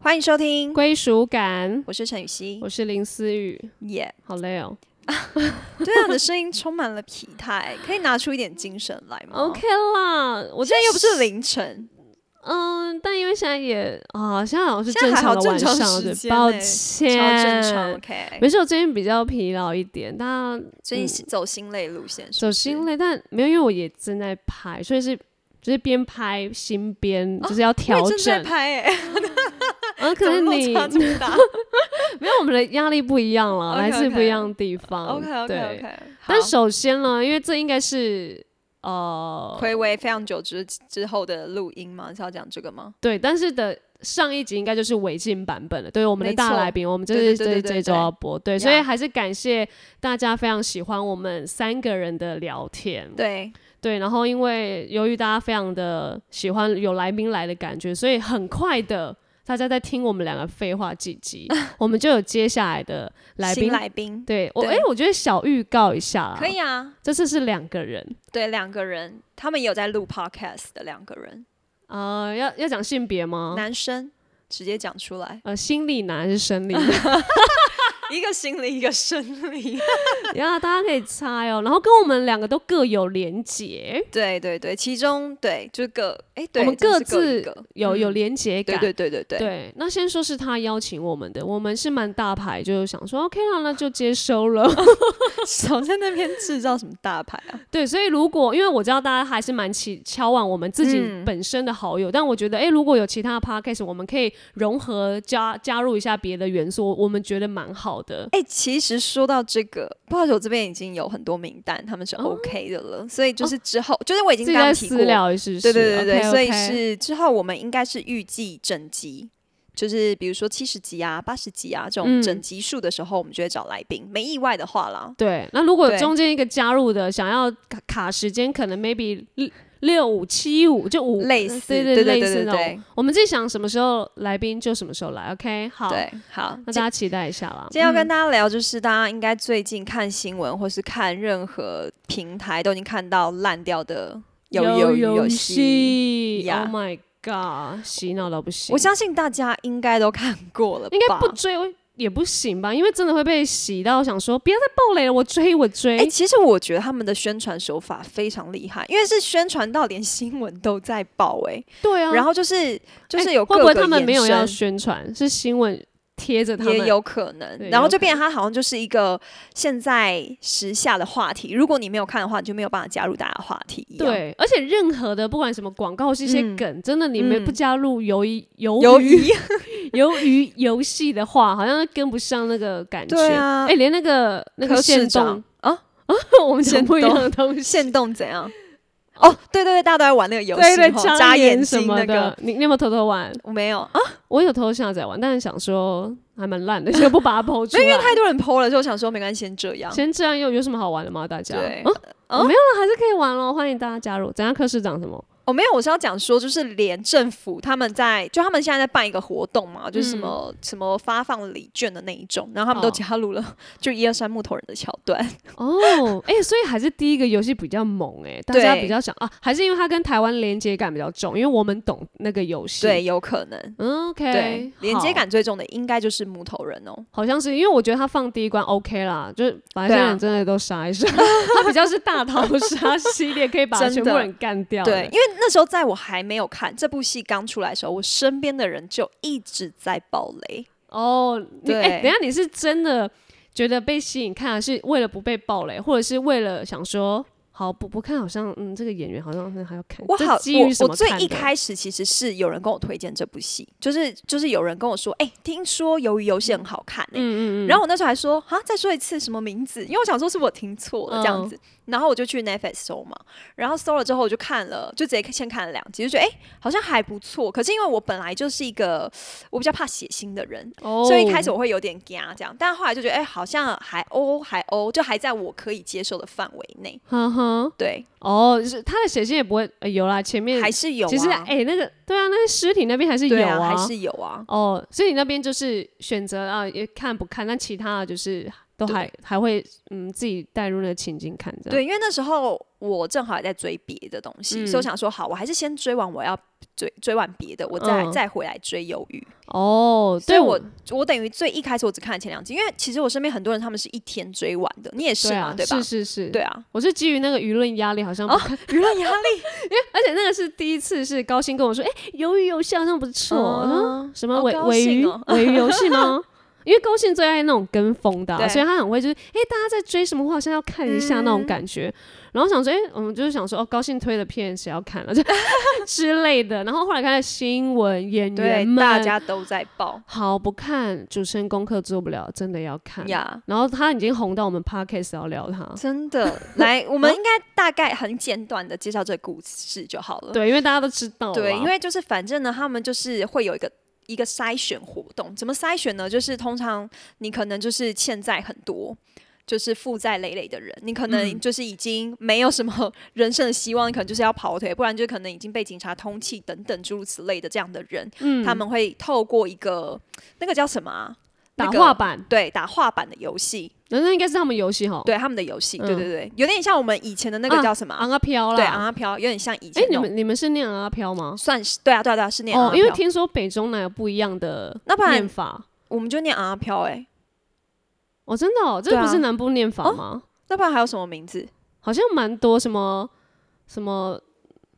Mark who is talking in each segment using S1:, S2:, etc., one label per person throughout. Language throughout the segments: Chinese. S1: 欢迎收听，
S2: 归属感。
S1: 我是陈雨希
S2: 我，是林思雨，
S1: 耶、
S2: 好累哦。
S1: 对啊，你的声音充满了疲态，可以拿出一点精神来吗
S2: OK 啦，我
S1: 我现在又不是凌晨，
S2: 嗯，但因为现在也啊，现在好像是
S1: 现在
S2: 正
S1: 还
S2: 常
S1: 好
S2: 的晚
S1: 正常
S2: 上，
S1: 时
S2: 对，
S1: 间
S2: 抱
S1: 欸
S2: 歉，
S1: 超正常。OK，
S2: 没事，我最近比较疲劳一点，但
S1: 最近走心累路线是
S2: 走
S1: 不是，
S2: 心累，但没有，因为我也正在拍，所以是就是边拍心边就是要调
S1: 哦我也正在
S2: 整。
S1: 拍哎、 欸，
S2: 嗯，可是
S1: 怎么
S2: 你
S1: 落差这么大
S2: 没有我们的压力不一样了，来自
S1: OK，OK
S2: 不一样的地方。
S1: ？OK OK
S2: 对
S1: OK，
S2: 但首先呢，因为这应该是呃，
S1: 回违非常久之之后的录音吗？你是要讲这个吗？
S2: 对，但是的上一集应该就是违禁版本了。对于我们的
S1: 没
S2: 大
S1: 错
S2: 来宾，我们这
S1: 对对
S2: 是这
S1: 对
S2: 是
S1: 对
S2: 这一周
S1: 对
S2: 要播，对，
S1: 呀
S2: 所以还是感谢大家非常喜欢我们三个人的聊天。
S1: 对，
S2: 对，然后因为由于大家非常的喜欢有来宾来的感觉，所以很快的。大家在听我们两个废话几 集，我们就有接下来的来
S1: 新
S2: 宾。
S1: 来宾，
S2: 对我，
S1: 对
S2: 哎、我觉得小预告一下啦，
S1: 可以啊，
S2: 这次是两个人，
S1: 对，两个人，他们也有在录 podcast 的两个人，
S2: 呃，要要讲性别吗？
S1: 男生直接讲出来，
S2: 呃，心理男还是生理男？
S1: 一个心理，一个生理。
S2: 呀，大家可以猜哦。然后跟我们两个都各有连结，
S1: 对对对，其中对就是各哎，对
S2: 我们
S1: 真的是
S2: 各自
S1: 一个
S2: 有、有
S1: 嗯
S2: 连结
S1: 对
S2: 感。
S1: 对对对对
S2: 对那先说是他邀请我们的，我们是蛮大牌，就是想说 OK 了，那就接收 了。
S1: 少在那边制造什么大牌啊？
S2: 对，所以如果因为我知道大家还是蛮期敲往我们自己
S1: 嗯
S2: 本身的好友，但我觉得诶，哎如果有其他的 podcast，我们可以融合加加入一下别的元素，我们觉得蛮好的。
S1: 哎，其实说到这个，不好意思，我这边已经有很多名单，他们是
S2: 哦
S1: OK 的了，所以就是之后，就是我已
S2: 自
S1: 经
S2: 己
S1: 刚刚
S2: 在
S1: 提过，
S2: 私聊一试试，
S1: 对对对对
S2: OK，OK
S1: 所以是之后我们应该是预计整集。就是比如说七十集啊、八十集啊这种
S2: 嗯
S1: 整集数的时候，我们就会找来宾。没意外的话啦，
S2: 对，那如果
S1: 对
S2: 中间一个加入的想要卡卡时间，可能 maybe 六六五七五就五
S1: 类似，
S2: 呃对
S1: 对
S2: 类
S1: 对
S2: 似
S1: 对
S2: 那
S1: 对
S2: 种。我们自己想什么时候来宾就什么时候来，OK？好，
S1: 对，好，
S2: 那大家期待一下啦。嗯
S1: 今天要跟大家聊，就是大家应该最近看新闻或是看任何平台，都已经看到烂掉的游游
S2: 游
S1: 戏。
S2: 戏
S1: 呀
S2: ，Oh my God，洗脑到不行。
S1: 我相信大家应该都看过了吧？
S2: 应该不追也不行吧，因为真的会被洗到，想说不要再暴雷了，我追我追。
S1: 哎、其实我觉得他们的宣传手法非常厉害，因为是宣传到连新闻都在报哎、
S2: 对啊，
S1: 然后就是就是
S2: 哎
S1: 有各
S2: 会
S1: 个
S2: 不会他们
S1: 延
S2: 没有
S1: 伸
S2: 要宣传，是新闻贴着他们？
S1: 也有可能，
S2: 对
S1: 然后
S2: 有
S1: 就变成它好像就是一个现在时下的话题。如果你没有看的话，你就没有办法加入大家的话题一样。
S2: 对，而且任何的不管什么广告是一些
S1: 嗯
S2: 梗，真的你没
S1: 嗯
S2: 不加入鱿鱼
S1: 鱿
S2: 鱿
S1: 鱼
S2: 鱼鱿鱼游戏的话，好像跟不上那个感觉。
S1: 对啊
S2: 哎、连那个那
S1: 柯
S2: 个
S1: 市
S2: 线
S1: 长
S2: 动，
S1: 啊，
S2: 我们讲
S1: 限
S2: 不一样
S1: 动
S2: 的东西。
S1: 限动怎样？哦，对对对，大家都在玩那个游戏
S2: 对
S1: 吼，
S2: 对，
S1: 眨
S2: 眼什
S1: 睛
S2: 么
S1: 那
S2: 的，
S1: 个。
S2: 你你有没有偷偷玩？
S1: 我没有啊，
S2: 我有偷偷下载玩，但是想说还蛮烂的，就不把它剖出
S1: 因为
S2: 来。
S1: 太多人 PO 了，就想说没关系，先这样。
S2: 先这样又有什么好玩的吗？大家？
S1: 对呃
S2: 嗯，那还是可以玩咯，欢迎大家加入。怎样？科市长什么？
S1: 哦，没有，我是要讲说，就是连政府他们在，就他们现在在办一个活动嘛，就是什么、什么发放礼券的那一种，然后他们都
S2: 嗯哦
S1: 加入了， 就一二三木头人的桥段。
S2: 哦，哎、所以还是第一个游戏比较猛哎、大家
S1: 对
S2: 比较想啊，还是因为它跟台湾连接感比较重，因为我们懂那个游戏。
S1: 对，有可能。
S2: 嗯，OK，
S1: 对，连接
S2: 好
S1: 感最重的应该就是木头人哦。
S2: 好像是，因为我觉得他放第一关 OK 啦，就是把那些
S1: 对啊
S2: 人真的都杀一 杀，他比较是大逃杀系列，可以把
S1: 真的
S2: 全部人干掉的。
S1: 对，因为那时候在我还没有看这部戏刚出来的时候，我身边的人就一直在爆雷。
S2: 哦，你
S1: 对
S2: 哎、等一下你是真的觉得被吸引看啊，是为了不被暴雷，或者是为了想说好不不看，好像嗯这个演员好像嗯还要看，
S1: 我
S2: 这
S1: 好，
S2: 基于什
S1: 我
S2: 么
S1: 我最
S2: 看
S1: 一
S2: 的
S1: 开始其实是有人跟我推荐这部戏，就是就是有人跟我说，哎、听说《鱿鱼游戏》很好看、欸，
S2: 嗯嗯嗯，
S1: 然
S2: 后
S1: 后我那时候还说啊，再说一次什么名字？因为我想说是我听错了这
S2: 嗯
S1: 样子。然后我就去 Netflix 搜嘛，然后搜了之后我就看了，就直接先看了两集，就觉得哎、好像还不错。可是因为我本来就是一个我比较怕血腥的人，
S2: 哦
S1: 所以一开始我会有点嘎这样，但后来就觉得哎、好像还哦还哦，就还在我可以接受的范围内。
S2: 哼嗯哼，
S1: 对，
S2: 哦，就是他的血腥也不会、呃有啦，前面
S1: 还是有、啊，
S2: 其实哎、那个对啊，那个尸体那边还是有
S1: 对啊，还是有啊。
S2: 哦，所以你那边就是选择啊，也看不看，但其他的就是都还还会嗯自己带入那个情境看这样。
S1: 对，因为那时候我正好还在追别的东西，
S2: 嗯
S1: 所以我想说，好，我还是先追完我要追追完别的，我再、
S2: 嗯
S1: 再回来追鱿鱼。
S2: 哦，
S1: 所以
S2: 对
S1: 我我等于最一开始我只看了前两集，因为其实我身边很多人他们是一天追完的，你也是
S2: 对
S1: 嘛，
S2: 啊，
S1: 对吧
S2: 是？是是，
S1: 对。 啊，
S2: 我是基于那个舆论压力，好像不
S1: 哦
S2: 看，
S1: 舆论压力
S2: 而且那个是第一次是高鑫跟我说，哎、鱿鱼游戏好像不错，我说
S1: 嗯
S2: 什么
S1: 好
S2: 尾
S1: 高
S2: 尾
S1: 兴
S2: 鱼
S1: 哦
S2: 尾鱼游戏吗？因为高兴最爱那种跟风的啊、
S1: 对
S2: 所以他很会就是，哎、大家在追什么，我好像要看一下那种
S1: 嗯
S2: 感觉。然后想说，哎、我们就是想说，哦，高兴推的片谁要看了、就 之类的。然后后来看了新闻演
S1: 对
S2: 员，们，
S1: 大家都在报
S2: 好不看，主持人功课做不了，真的要看。
S1: 呀。
S2: 然后他已经红到我们 podcast 要聊他，
S1: 真 的，来，我们应该大概很简短的介绍这个故事就好了。
S2: 对，因为大家都知道啦，啊
S1: 对，因为就是反正呢，他们就是会有一个一个筛选活动。怎么筛选呢？就是通常你可能就是欠债很多。就是负债累累的人，你可
S2: 嗯
S1: 能就是已经没有什么 人生的希望，你可能就是要跑腿，不然就可能已经被警察通缉等等诸如此类的这样的人，
S2: 嗯
S1: 他们会透过一个那个叫什么啊、
S2: 打
S1: 那个
S2: 画板，
S1: 对，打画板的游戏，
S2: 那那应该是他们游戏哈，，
S1: 对他们的游戏，对
S2: 嗯
S1: 对对，有点像我们以前的那个叫什么啊、
S2: 昂啊飘啦，
S1: 对，昂，阿飘，有点像以前
S2: 哎，
S1: 那
S2: 你
S1: 种。
S2: 们你们是念昂啊飘吗？
S1: 算是对啊，对啊，对啊，是念昂
S2: 哦
S1: 阿，
S2: 因为
S1: 飘
S2: 听说北中南有不一样的
S1: 那不然
S2: 念法，
S1: 我们就念昂阿飘哎、欸
S2: 哦，真的哦，这
S1: 对啊哦
S2: 不是南部念法吗？
S1: 那不然还有什么名字？
S2: 好像蛮多什么什么，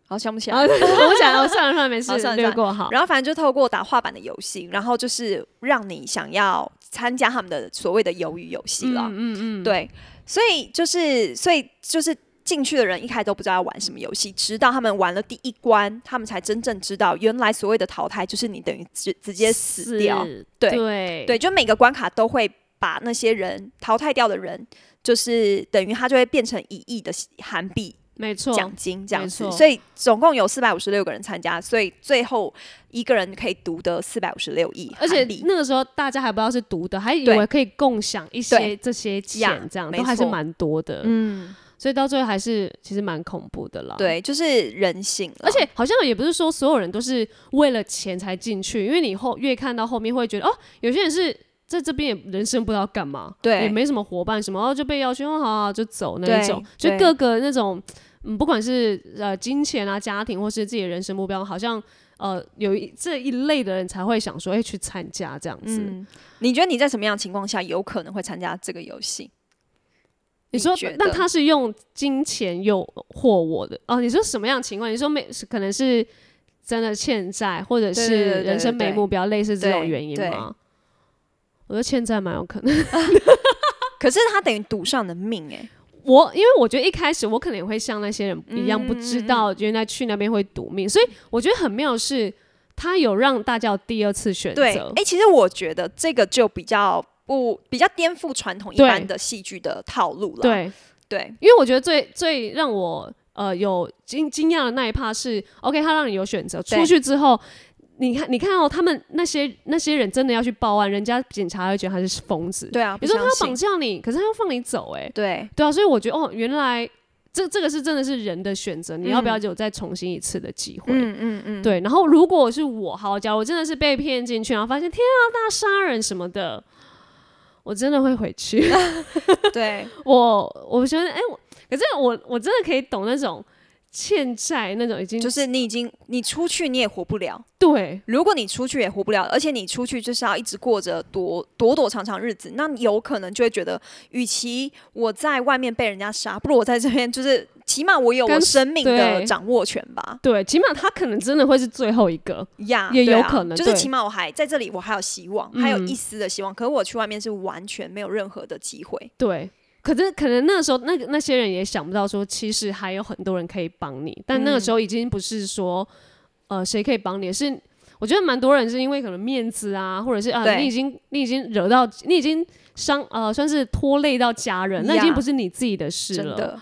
S1: 好想不起来。
S2: 啊 我想我算了算了，没事
S1: 好算，了
S2: 略
S1: 算了
S2: 过好。
S1: 然后反正就透过打画板的游戏，然后就是让你想要参加他们的所谓的鱿鱼游戏了。
S2: 嗯嗯嗯，
S1: 对，所以就是所以就是进去的人一开始都不知道要玩什么游戏，直到他们玩了第一关，他们才真正知道原来所谓的淘汰就是你等于直直接死掉。
S2: 是
S1: 对
S2: 对
S1: 对，就每个关卡都会把那些人淘汰掉的人，就是等于他就会变成一亿的韩币
S2: 没错，
S1: 奖金这样子
S2: 没，错
S1: 所以总共有四百五十六个人参加，所以最后一个人可以读得四百五十六亿
S2: 而
S1: 韩
S2: 且
S1: 币，
S2: 那个时候大家还不知道是读的，还以
S1: 对
S2: 为可以共享一些
S1: 对
S2: 这些钱
S1: 呀，
S2: 这样
S1: 没
S2: 都还是
S1: 错
S2: 蛮多的。
S1: 嗯，
S2: 所以到最后还是其实蛮恐怖的啦。。
S1: 对，就是人性啦，
S2: 而且好像也不是说所有人都是为了钱才进去，因为你后越看到后面会觉得哦，有些人是在这边也人生不知道干嘛，
S1: 对
S2: 也没什么伙伴什么，哦就被要求哦好好就走那一种，就
S1: 对对
S2: 各个那种嗯，不管是呃金钱啊、家庭或是自己的人生目标，好像呃有一这一类的人才会想说，哎、去参加这样子。
S1: 嗯，你觉得你在什么样的情况下有可能会参加这个游戏？
S2: 你说
S1: 你觉，
S2: 那
S1: 得
S2: 他是用金钱诱惑我的哦？你说什么样的情况？你说没，可能是真的欠债，或者
S1: 对
S2: 是
S1: 对对对
S2: 人生没目标，类似这种
S1: 对
S2: 原因
S1: 对
S2: 吗？我觉得欠债蛮有可能。
S1: 可是他等于赌上你的命哎、欸
S2: 我因为我觉得一开始我可能也会像那些人一样，不
S1: 嗯
S2: 知道原来去那边会赌命，所以我觉得很妙的是，他有让大家有第二次选
S1: 对，
S2: 择
S1: 哎、。其实我觉得这个就比较不比较颠覆传统一般
S2: 对
S1: 的戏剧的套路了，
S2: 对，
S1: 对
S2: 因为我觉得最最让我呃有惊惊讶的那一趴是，OK，他让你有选择，
S1: 对
S2: 出去之后。你看，你看哦，他们那些那些人真的要去报案，人家警察会觉得他是疯子。
S1: 对啊，不
S2: 你说他
S1: 相
S2: 要绑
S1: 信，
S2: 架你，可是他要放你走、哎，
S1: 对
S2: 对啊，所以我觉得哦，原来这这个是真的是人的选择，你要不要有再重新一次的机会？
S1: 嗯嗯嗯，
S2: 对。然后如果是我，好，假如我真的是被骗进去，然后发现天啊，大杀人什么的，我真的会回去。
S1: 对，
S2: 我我觉得，哎、我可是我我真的可以懂那种欠债那种已经
S1: 就是你已经你出去你也活不了，
S2: 对
S1: 如果你出去也活不了，而且你出去就是要一直过着躲躲躲藏藏日子，那你有可能就会觉得，与其我在外面被人家杀，不如我在这边就是起码我有
S2: 跟
S1: 我生命的
S2: 对
S1: 掌握权吧。
S2: 对，起码他可能真的会是最后一个，
S1: 呀、
S2: 也
S1: 对啊
S2: 有可能
S1: 就是
S2: 对嗯
S1: 起码我还在这里，我还有希望，还有一丝的希望。可是我去外面是完全没有任何的机会。
S2: 对。可是，可能那个时候，那个那些人也想不到说，其实还有很多人可以帮你。但
S1: 嗯
S2: 那个时候已经不是说，呃，谁可以帮你，是我觉得蛮多人是因为可能面子啊，或者是啊，
S1: 对
S2: 你已经你已经惹到，你已经伤呃，算是拖累到家人，那已
S1: 呀
S2: 经不是你自己的事
S1: 真
S2: 了。
S1: 的，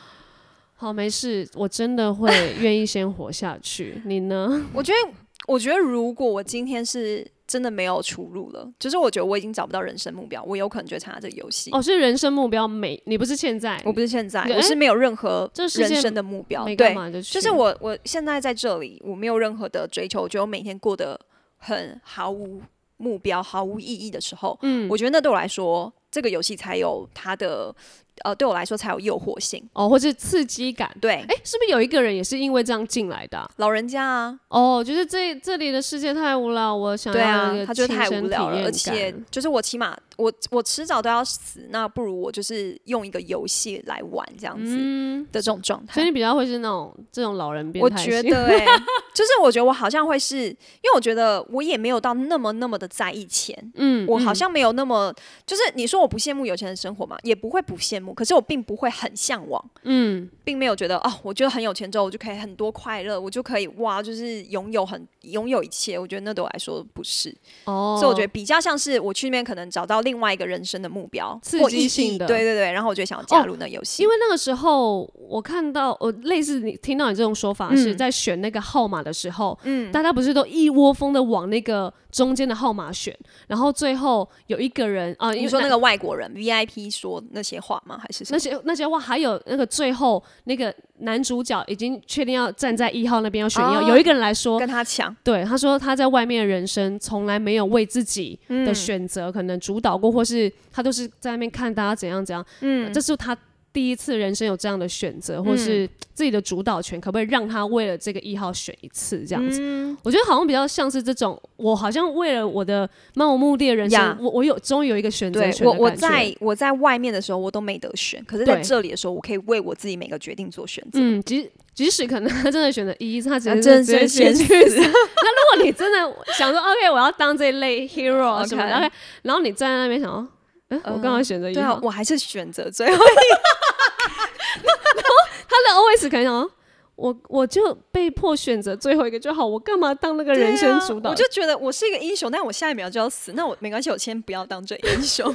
S2: 好，没事，我真 的会愿意先活下去。你呢？
S1: 我觉得，我觉得如果我今天是真的没有出路了，就是我觉得我已经找不到人生目标，我有可能就会参加这个游戏。
S2: 哦，是人生目标没？你不是欠债，
S1: 我不是现在，
S2: 对
S1: 我是没有任何
S2: 这世界
S1: 人生的目标
S2: 没，干
S1: 对，
S2: 嘛就去
S1: 就是我我现在在这里，我没有任何的追求，我觉得我每天过得很毫无目标、毫无意义的时候，嗯，我觉得那对我来说这个游戏才有它的呃，对我来说才有诱惑性。
S2: 哦，或是刺激感。
S1: 对，
S2: 哎，是不是有一个人也是因为这样进来的啊、
S1: 老人家啊，
S2: 哦，就是这这里的世界太无聊，我想
S1: 对
S2: 要
S1: 啊
S2: 嗯有一，个
S1: 他就
S2: 亲
S1: 太
S2: 身
S1: 无聊
S2: 体
S1: 了，
S2: 验
S1: 而且
S2: 感
S1: 就是我起码我我迟早都要死，那不如我就是用一个游戏来玩这样子
S2: 嗯，
S1: 的这种状态
S2: 所以。你比较会是那种这种老人变
S1: 我
S2: 态
S1: 觉
S2: 型
S1: 得、欸，就是我觉得我好像会是，因为我觉得我也没有到那么那么的在意钱，
S2: 嗯，
S1: 我
S2: 嗯
S1: 好像没有那么，就是你说我不羡慕有钱人生活嘛，也不会不羡慕，可是我并不会很向往，
S2: 嗯
S1: 并没有觉得哦，我觉得很有钱之后我就可以很多快乐，我就可以哇，就是拥有很拥有一切，我觉得那对我来说不是，
S2: 哦，
S1: 所以我觉得比较像是我去那边可能找到另外一个人生的目标
S2: 刺
S1: 或
S2: 激
S1: 意
S2: 性
S1: 义
S2: 的哦
S1: 对对对，然后我就想要加入那游戏，
S2: 因为那个时候我看到我类似你听到你这种说法是
S1: 嗯
S2: 在选那个号码的时候，
S1: 嗯
S2: 大家不是都一窝蜂的往那个中间的号码选，然后最后有一个人啊，因
S1: 你
S2: 为
S1: 说那个外国人 VIP 说那些话吗？还是什么
S2: 那些那些话，还有那个最后那个男主角已经确定要站在一号那边要选一号，
S1: 哦
S2: 有一个人来说，
S1: 跟他抢？
S2: 对他说他在外面的人生从来没有为自己的
S1: 嗯
S2: 选择可能主导过，或是他都是在那边看大家怎样怎样，嗯，这是他。第一次人生有这样的选择，或
S1: 嗯
S2: 是自己的主导权，可不可以让他为了这个一号选一次这样子？
S1: 嗯
S2: 我觉得好像比较像是这种，我好像为了我的漫无目的的人生
S1: 呀
S2: 我我有终于有一个选择
S1: 对
S2: 权
S1: 我
S2: 的
S1: 我
S2: 感觉
S1: 在我在外面的时候我都没得选，可是在
S2: 对
S1: 这里的时候，我可以为我自己每个决定做选择。
S2: 嗯，即即使可能他真的选择一，他只
S1: 啊
S2: 是
S1: 真的
S2: 直接
S1: 是
S2: 选
S1: 先
S2: 去死。那如果你真的想说 OK，我要当这一类 hero 啊什么的
S1: OK
S2: ，OK，然后你站在那边想哦，嗯，我刚刚选择一
S1: 对
S2: 号
S1: 啊，，我还是选择最 后。
S2: 他的 OS 可能想哦。我我就被迫选择最后一个就好，我干嘛当那个人生主导？
S1: 啊我就觉得我是一个英雄，但我下一秒就要死，那我没关系，我先不要当这英雄。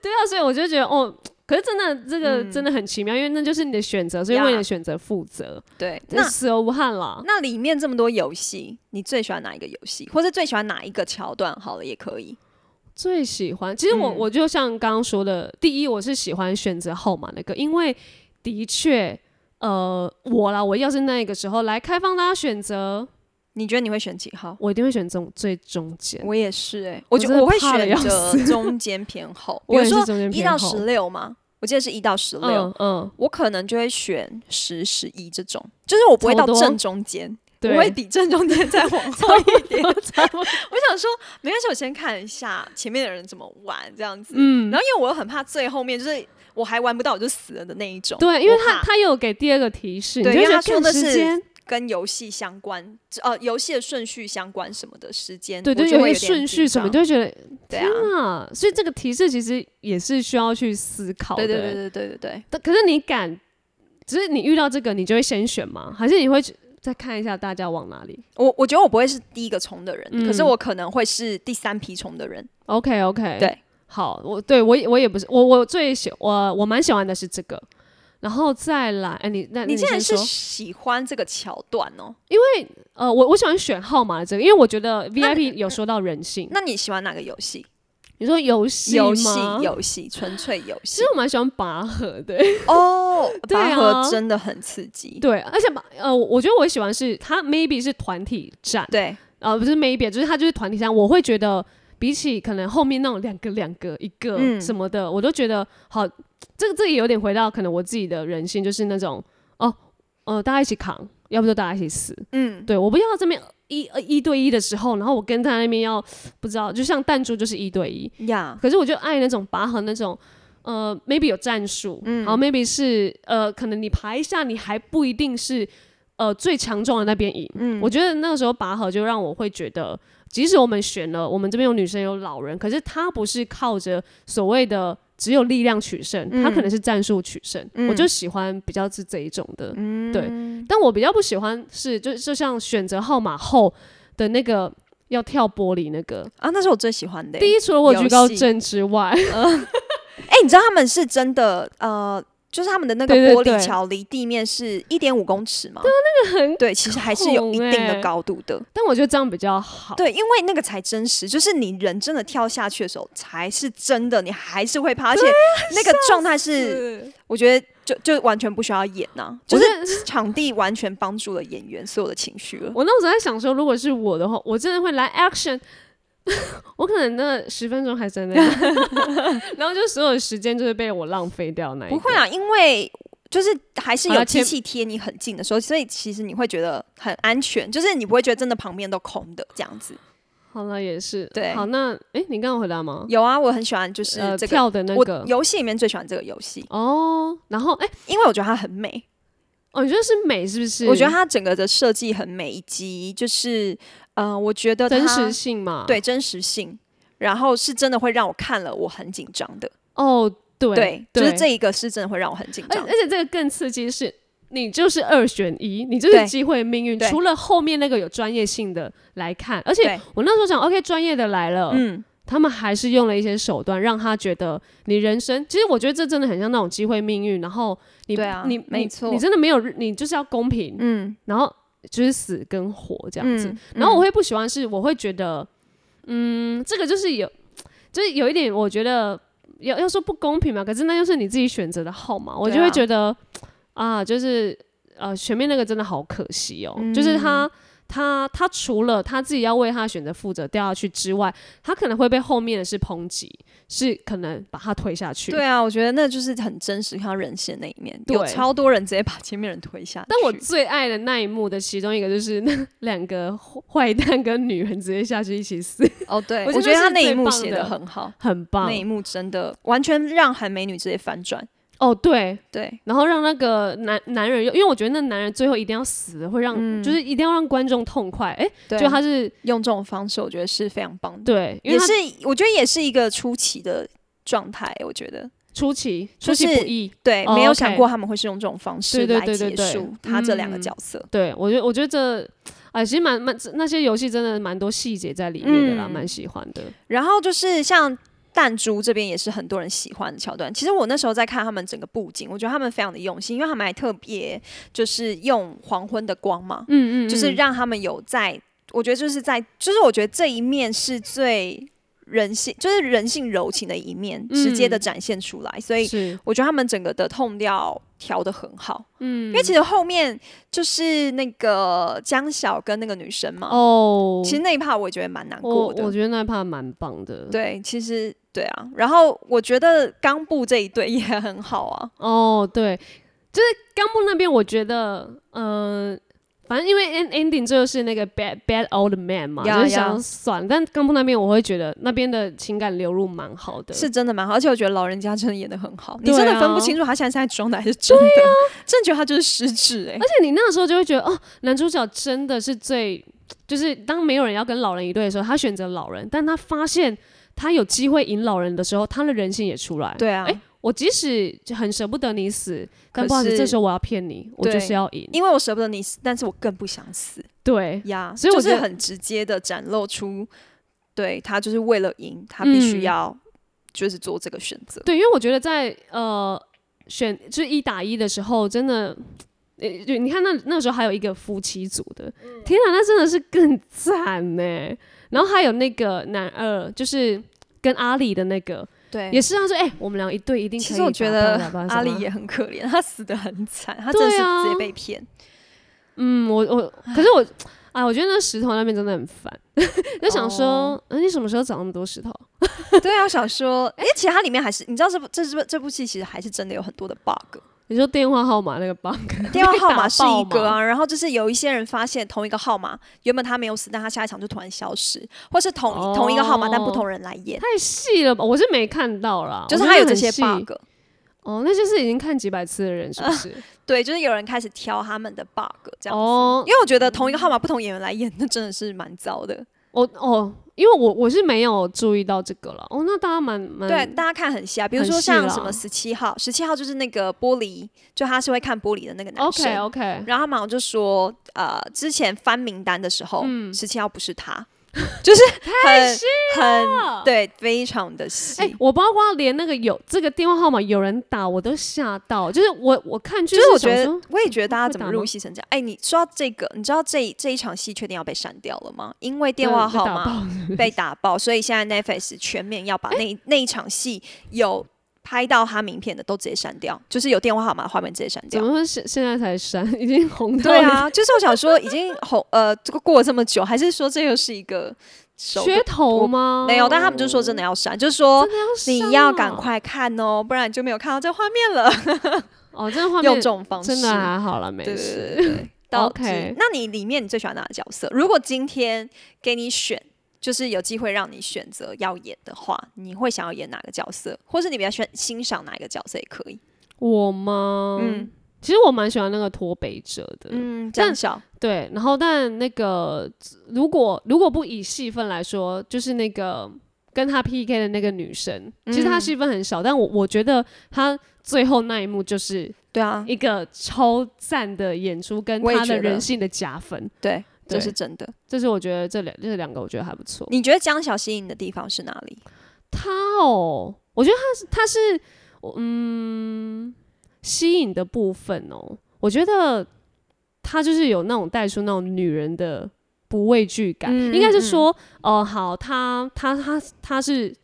S2: 对啊，所以我就觉得哦，可是真的这个真的很奇妙，因为那就是你的选择，所以
S1: 呀
S2: 为你的选择负责，
S1: 对，
S2: 这
S1: 那
S2: 死而无憾啦。
S1: 那里面这么多游戏，你最喜欢哪一个游戏，或者最喜欢哪一个桥段？好了，也可以。
S2: 最喜欢，其实我、
S1: 嗯
S2: 我就像刚刚说的，第一我是喜欢选择号码那个，因为的确，呃，我啦，我要是那个时候来开放大家选择，
S1: 你觉得你会选几号？
S2: 我一定会选中最中间。
S1: 我也是哎、
S2: 我
S1: 我觉
S2: 真
S1: 得
S2: 的
S1: 我会
S2: 怕得
S1: 选
S2: 要
S1: 择
S2: 死
S1: 中间偏后，比
S2: 我
S1: 如
S2: 也是
S1: 说
S2: 中间
S1: 一
S2: 偏
S1: 到
S2: 后
S1: 十六嘛，我记得是一到十六、
S2: 嗯嗯，
S1: 我可能就会选十、十一这种，就是我不会
S2: 差
S1: 到
S2: 不多
S1: 正中间，我
S2: 对，
S1: 会 比正中间再往后 一点。
S2: 差不多
S1: 我想说，没关系，我先看一下前面的人怎么玩这样子。
S2: 嗯
S1: 然，后因为我又很怕最后面，就是我还玩不到我就死了的那一种。
S2: 对，因为
S1: 我
S2: 他
S1: 怕
S2: 他有给第二个提示，你就
S1: 对因
S2: 会
S1: 为
S2: 觉得
S1: 他说的
S2: 干时
S1: 是嗯
S2: 间，
S1: 跟游戏相关，呃，游戏的顺序相关什么的时间，
S2: 对
S1: 我
S2: 对，
S1: 就
S2: 有
S1: 会
S2: 一
S1: 有
S2: 个顺
S1: 点
S2: 序
S1: 紧
S2: 什
S1: 张
S2: 么，你就会觉得
S1: 对
S2: 天
S1: 啊。
S2: 啊，所以这个提示其实也是需要去思考的。
S1: 对对对对对对对，
S2: 但可是你敢，只是你遇到这个，你就会先选吗？还是你会去再看一下大家往哪里
S1: 我我觉得我不会是第一个冲的人，可是
S2: 嗯
S1: 我可能会是第三批冲的人。
S2: ？OK OK，
S1: 对，
S2: 好，我对我也我也不是我我最喜我我蛮喜欢的是这个，然后再来，哎、你那那
S1: 你竟然是
S2: 先说
S1: 喜欢这个桥段哦？
S2: 呃，我我喜欢选号码这个，因为我觉得 VIP 有说到人性。
S1: 那你喜欢哪个游戏？
S2: 你说游戏
S1: 游戏
S2: 吗，
S1: 游戏，纯粹游戏
S2: 其实我蛮喜欢拔河的，对
S1: 哦。
S2: 对
S1: 拔
S2: 啊
S1: 河真的很刺激，
S2: 对，而且拔呃，我我觉得我喜欢是它 maybe 是团体战，
S1: 对
S2: 呃，不是 maybe，就是他就是团体上，我会觉得比起可能后面那种两个两个一个
S1: 嗯
S2: 什么的，我都觉得好，这个这也有点回到可能我自己的人性，就是那种哦，呃，大家一起扛，要不就大家一起死，
S1: 嗯，
S2: 对，我不要这边一呃一对一的时候，然后我跟他那边要不知道，就像弹珠就是一对一，
S1: 呀，
S2: 可是我就爱那种拔河那种。呃，maybe 有战术，
S1: 嗯
S2: 然后 maybe 是呃，可能你排一下，你还不一定是呃最强壮的那边赢。
S1: 嗯
S2: 我觉得那个时候拔河就让我会觉得，即使我们选了，我们这边有女生有老人，可是他不是靠着所谓的只有力量取胜，
S1: 嗯
S2: 他可能是战术取胜。我就喜欢比较是这一种的，
S1: 嗯
S2: 对。但我比较不喜欢是就就像选择号码后的那个要跳玻璃那个。
S1: 啊，那是我最喜欢的欸。
S2: 第一，除了我
S1: 游
S2: 举高
S1: 戏
S2: 症之外，
S1: 哎、你知道他们是真的呃，就是他们的那个
S2: 对对
S1: 玻
S2: 对
S1: 璃桥离地面是一点五公尺嘛？对那个
S2: 很
S1: 对，其实还是有一
S2: 恐
S1: 定
S2: 欸
S1: 的高度的。
S2: 但我觉得这样比较好。
S1: 对，因为那个才真实，就是你人真的跳下去的时候才是真的，你还是会怕，而且
S2: 啊
S1: 那个状态是，
S2: 是，
S1: 我觉得就就完全不需要演呐、就
S2: 我觉
S1: 是
S2: 得
S1: 场地完全帮助了演员所有的情绪了。
S2: 我那时候在想说，如果是我的话，我真的会来 action。 我可能那十分钟还在那里， 然后就所有时间就是被我浪费掉那一
S1: 不会
S2: 个
S1: 啊，因为就是还是
S2: 好
S1: 有
S2: 了
S1: 机
S2: 前
S1: 器贴你很近的时候，所以其实你会觉得很安全，就是你不会觉得真的旁边都空的这样子。
S2: 好了，也是
S1: 对
S2: 好，那诶，你刚刚有回答吗？
S1: 有啊，我很喜欢就是
S2: 呃，
S1: 这个，
S2: 跳的那个
S1: 我游戏里面最喜欢这个游戏，
S2: 哦，然后诶，
S1: 因为我觉得它很美，
S2: 哦，你觉得是美是不是？
S1: 我觉得它整个的设计很美，以及就是呃，我觉得它
S2: 真实性啊嘛，
S1: 对真实性，然后是真的会让我看了我很紧张的，
S2: 哦，对哎
S1: 对，就是这
S2: 而
S1: 一个是真的会让我很紧张
S2: 而。且这个更刺激是。你就是二选一，你就是
S1: 对
S2: 机会命运。
S1: 对
S2: 除了后面那个有专业性的来看，而且
S1: 对
S2: 我那时候想，OK，专业的来了，
S1: 嗯，
S2: 他们还是用了一些手段，让他觉得你人生，其实我觉得这真的很像那种机会命运。然后你
S1: 对啊
S2: 你
S1: 没
S2: 你
S1: 错
S2: 你真的没有，你就是要公平，
S1: 嗯，
S2: 然后就是死跟活
S1: 这
S2: 这样子。
S1: 嗯
S2: 然后我会不喜欢是，我会觉得，嗯，这个就是有，就是有一点，我觉得要要说不公平嘛，可是那就是你自己选择的号码，我
S1: 对
S2: 就会
S1: 啊
S2: 觉得啊，就是呃，前面那个真的好可惜哦，就是
S1: 嗯
S2: 他。他他除了他自己要为他的选择负责掉下去之外，他可能会被后面的是抨击，是可能把他推下去。
S1: 对啊，我觉得那就是很真实，看到人性的那一面，
S2: 对
S1: 有超多人直接把前面人推下去。
S2: 但我最爱的那一幕的其中一个就是那两个坏蛋跟女人直接下去一起死，
S1: 哦，对，
S2: 我
S1: 我觉
S2: 觉得
S1: 得
S2: 是
S1: 他那一
S2: 最
S1: 幕
S2: 棒
S1: 写
S2: 的
S1: 的很好，
S2: 很棒
S1: 那。一幕真的完全让韩美女直接反转。
S2: 哦，对，
S1: 对，
S2: 然后让那个男男人，因为我觉得那男人最后一定要死，会让、就是一定要让观众痛快。哎、
S1: 嗯对
S2: 就他是
S1: 用这种方式，我觉得是非常棒的，
S2: 对，因为
S1: 也
S2: 他
S1: 是我觉得也是一个出奇的状态，我觉得。
S2: 出其
S1: 就
S2: 出其
S1: 是
S2: 不意。
S1: 对，
S2: 哦
S1: 没有
S2: ，OK
S1: 想过他们会是用这种方式
S2: 对对
S1: 来
S2: 对对
S1: 结
S2: 对
S1: 束他这两个
S2: 嗯
S1: 角色。
S2: 对我觉得，我觉得这哎、其实蛮蛮那些游戏真的蛮多细节在里面的啦，
S1: 嗯
S2: 蛮喜欢的。
S1: 然后就是像弹珠这边也是很多人喜欢的桥段。其实我那时候在看他们整个布景，我觉得他们非常的用心，因为他们还特别就是用黄昏的光嘛，
S2: 嗯嗯，
S1: 就是
S2: 嗯
S1: 让他们有在，我觉得就是在，就是我觉得这一面是最人性，就是人性柔情的一面，直接的
S2: 嗯
S1: 展现出来。所以
S2: 是
S1: 我觉得他们整个的痛调调的很好，嗯，因为其实后面就是那个江晓跟那个女生嘛，
S2: 哦，
S1: 其实那一趴我也觉得蛮难
S2: 我
S1: 过的，
S2: 我觉得那一趴蛮棒的。
S1: 对，其实对啊。然后我觉得冈部这一对也很好啊，
S2: 哦，对，就是冈部那边，我觉得，嗯、反正因为 end ending 最后是那个 bad bad old man 嘛
S1: 呀
S2: 就是
S1: 呀
S2: 想要算，但冈部那边我会觉得那边的情感流入蛮好的，
S1: 是真的蛮好。而且我觉得老人家真的演的很好，你
S2: 对
S1: 真的分
S2: 啊
S1: 不清楚他现在是在装的还是真的，真的觉得他就是失智哎、
S2: 而且你那个时候就会觉得，哦，男主角真的是最，就是当没有人要跟老人一对的时候，他选择老人，但他发现他有机会赢老人的时候，他的人性也出来。
S1: 对啊，
S2: 哎我即使很舍不得你死，但
S1: 可
S2: 不好意思，这
S1: 是
S2: 时候我要骗你，我
S1: 对
S2: 就是要赢。
S1: 因为我舍不得你死，但是我更不想死
S2: 对，
S1: 呀。
S2: 所以我
S1: 就
S2: 觉
S1: 是
S2: 得
S1: 很直接的展露出，对他就是为了赢，他必
S2: 嗯
S1: 须要就是做这个选择。
S2: 对，因为我觉得在呃选就是一打一的时候，真的，呃，就你看那那时候还有一个夫妻组的，
S1: 嗯
S2: 天哪，那真的是更赞呢。然后还有那个男二，就是跟阿里的那个，
S1: 对
S2: 也是他说，哎、我们俩一对一定可以
S1: 其
S2: 打。
S1: 实我觉
S2: 巴拉
S1: 得
S2: 巴拉巴拉
S1: 阿
S2: 什
S1: 里
S2: 么
S1: 也很可怜，他死的很惨，他真的是
S2: 对啊
S1: 直接被骗。
S2: 嗯，我我，可是我。啊，我觉得那石头那边真的很烦， 就想说，
S1: 哦
S2: 嗯、你什么时候长那么多石头？
S1: 对啊，我想说，哎、其实它里面还是，你知道这部这部这部戏其实还是真的有很多的 bug，
S2: 你说电话号码那个 bug，
S1: 电话号
S2: 被打
S1: 码是一
S2: 爆
S1: 个
S2: 吗
S1: 啊，然后就是有一些人发现同一个号码，原本他没有死，但他下一场就突然消失，或是同、
S2: 哦
S1: 同一个号码但不同人来演，
S2: 太细了吧？我是没看到啦，
S1: 就是
S2: 我
S1: 他
S2: 真
S1: 有
S2: 的
S1: 这
S2: 很
S1: 些
S2: 细
S1: bug。
S2: 哦，那就是已经看几百次的人是不是？
S1: 对，就是有人开始挑他们的 bug 这样子，
S2: 哦
S1: 因为我觉得同一个号码不同演员来演，那真的是蛮糟的。
S2: 我哦，因为我我是没有注意到这个了。哦，那大家蛮蛮
S1: 对，大家看很细啊，比如
S2: 很
S1: 说
S2: 细
S1: 像
S2: 啦
S1: 什么十七号，十七号就是那个玻璃，就他是会看玻璃的那个男生。
S2: OK OK，
S1: 然后他马上就说，呃，之前翻名单的时候，
S2: 嗯
S1: 十七号不是他， 就是很很对，非常的细。
S2: 哎、我包括连那个有这个电话号码有人打，我都吓到。就是我我看剧
S1: 就是我
S2: 想
S1: 觉得
S2: 说，
S1: 我也觉得大家
S2: 会
S1: 怎
S2: 打
S1: 么
S2: 吗
S1: 入戏成这样。哎，你说到这个，你知道这这一场戏确定要被删掉了吗？因为电话
S2: 被
S1: 号
S2: 打
S1: 码
S2: 爆
S1: 被打爆，所以现在 Netflix 全面要
S2: 哎
S1: 把那一那一场戏有拍到他名片的都直接删掉，就是有电话号码的画面直接删
S2: 怎
S1: 掉。啊
S2: 么会现现在才删？ 已经红到
S1: 对啊，就是我想说，已经红呃，这个过了这么久，还是说这又是一个 手
S2: 噱
S1: 的
S2: 头吗？
S1: 没有，但他们就说真的要删，就是说
S2: 真的要删
S1: 你要赶
S2: 哦
S1: 快看哦，不然你就没有看到这画面了。
S2: 哦，真的画
S1: 用这
S2: 面
S1: 种方式，
S2: 真的还好了，没
S1: 对对
S2: 事。
S1: 对对。到
S2: OK
S1: 那你里面你最喜欢哪个角色？如果今天给你选，就是有机会让你选择要演的话，你会想要演哪个角色？或是你比较喜欢欣赏哪一个角色也可以。
S2: 我吗？
S1: 嗯
S2: 其实我蛮喜欢那个脱北者的，
S1: 嗯，
S2: 但
S1: 张晓，
S2: 对。然后，但那个如果如果不以戏份来说，就是那个跟他 PK 的那个女生，其实她
S1: 嗯
S2: 戏份很少，但我我觉得她最后那一幕就是
S1: 对啊，
S2: 一个超赞的演出，跟
S1: 我也
S2: 她
S1: 觉
S2: 的
S1: 得
S2: 人性的加分。
S1: 对，这
S2: 对
S1: 是真的。
S2: 这是我觉得这两这两个我觉得还不错。
S1: 你觉得江晓吸引你的地方是哪里？
S2: 他哦，我觉得他是他是我嗯吸引的部分哦，我觉得他就是有那种带出那种女人的不畏惧感，
S1: 嗯
S2: 应该是
S1: 嗯
S2: 说哦、呃好，他他他他是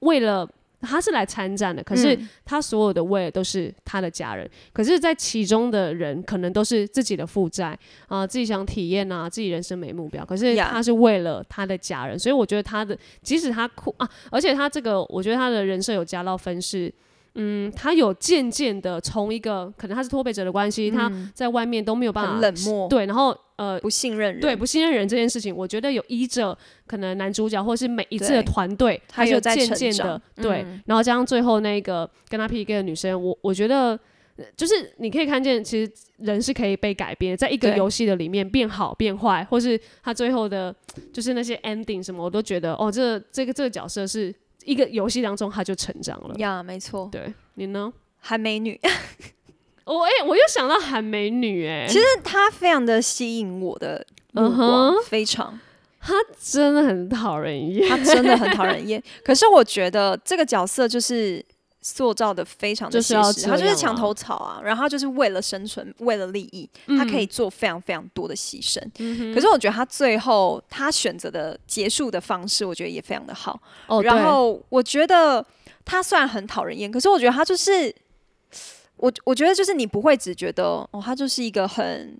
S2: 为了。他是来参战的，可是
S1: 嗯
S2: 他所有的为了都是他的家人，可是，在其中的人可能都是自己的负债啊、自己想体验啊，自己人生没目标，可是
S1: Yeah
S2: 他是为了他的家人，所以我觉得他的即使他哭啊，而且他这个我觉得他的人设有加到分是。嗯，他有渐渐的从一个可能他是脱北者的关系，他在外面都没有办法
S1: 嗯很冷漠
S2: 对，然后呃，
S1: 不信任人，
S2: 对不信任人这件事情，我觉得有依着可能男主角或是每一次的
S1: 对
S2: 团队，
S1: 他
S2: 就
S1: 有在
S2: 渐
S1: 成
S2: 渐的
S1: 长
S2: 对，
S1: 嗯
S2: 然后加上最后那个跟他 PK 的女生，我我觉得呃就是你可以看见，其实人是可以被改变的，在一个
S1: 对
S2: 游戏的里面变好变坏，或是他最后的就是那些 ending 什么，我都觉得哦，这这个这个角色是一个游戏当中他就成长了。
S1: 呀，没错，
S2: 对你呢？
S1: 韩美女，
S2: 我、哎、我又想到韩美女哎、
S1: 其实她非常的吸引我的目
S2: 嗯哼
S1: 光，非常。
S2: 真的很讨人厌。
S1: 他真的很讨人 厌。可是我觉得这个角色就是塑造的非常的
S2: 就是
S1: 写
S2: 要
S1: 实，他
S2: 这
S1: 就是
S2: 样
S1: 墙
S2: 啊
S1: 头草啊，然后他就是为了生存，为了利益，
S2: 嗯
S1: 他可以做非常非常多的牺牲。可是我觉得他最后他选择的结束的方式，我觉得也非常的好。
S2: 哦，对
S1: 然后我觉得他虽然很讨人厌，可是我觉得他就是。我我觉得就是你不会只觉得哦，他就是一个很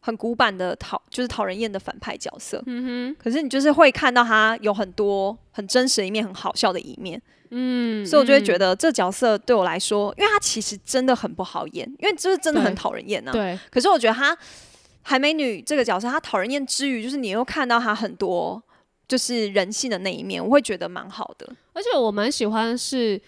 S1: 很古板的讨，就是讨人厌的反派角色。
S2: 嗯
S1: 可是你就是会看到他有很多很真实的一面，很好笑的一面，
S2: 哼，嗯，
S1: 所以我就会觉得
S2: 得、
S1: 这角色对我来说，因为他其实真的很不好演，因为就是真的很
S2: 对
S1: 讨人厌呐、啊。
S2: 对，
S1: 可是我觉得他韩美女这个角色，她讨人厌之余，就是你又看到她很多就是人性的那一面，我会觉得蛮好的。
S2: 而且我蛮喜欢是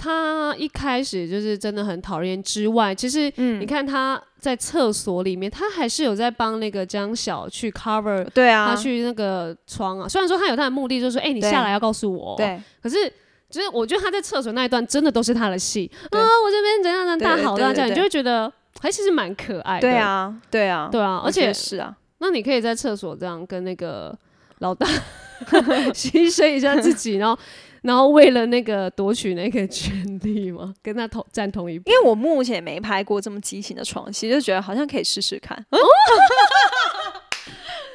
S2: 他一开始就是真的很讨厌之外，其实
S1: 嗯
S2: 你看他在厕所里面，他还是有在帮那个江晓去 cover
S1: 对啊，
S2: 他去那个窗啊。虽然说他有他的目的，就是说，哎、你
S1: 对
S2: 下来要告诉我。。
S1: 对啊
S2: 可是。就是我觉得他在厕所那一段真的都是他的戏啊，
S1: 对
S2: 我这边怎样怎样
S1: 对
S2: 大好
S1: 对
S2: 大叫，
S1: 对
S2: 你
S1: 对
S2: 就会觉得还其实蛮可爱的。
S1: 对，啊，对啊，
S2: 对啊，
S1: 我
S2: 而
S1: 觉
S2: 且
S1: 得是啊，
S2: 那你可以在厕所这样跟那个老大 牺牲一下自己，然后然后为了那个夺取那个权利吗？跟他同站同一边
S1: 因为我目前也没拍过这么激情的床戏，就觉得好像可以试试看。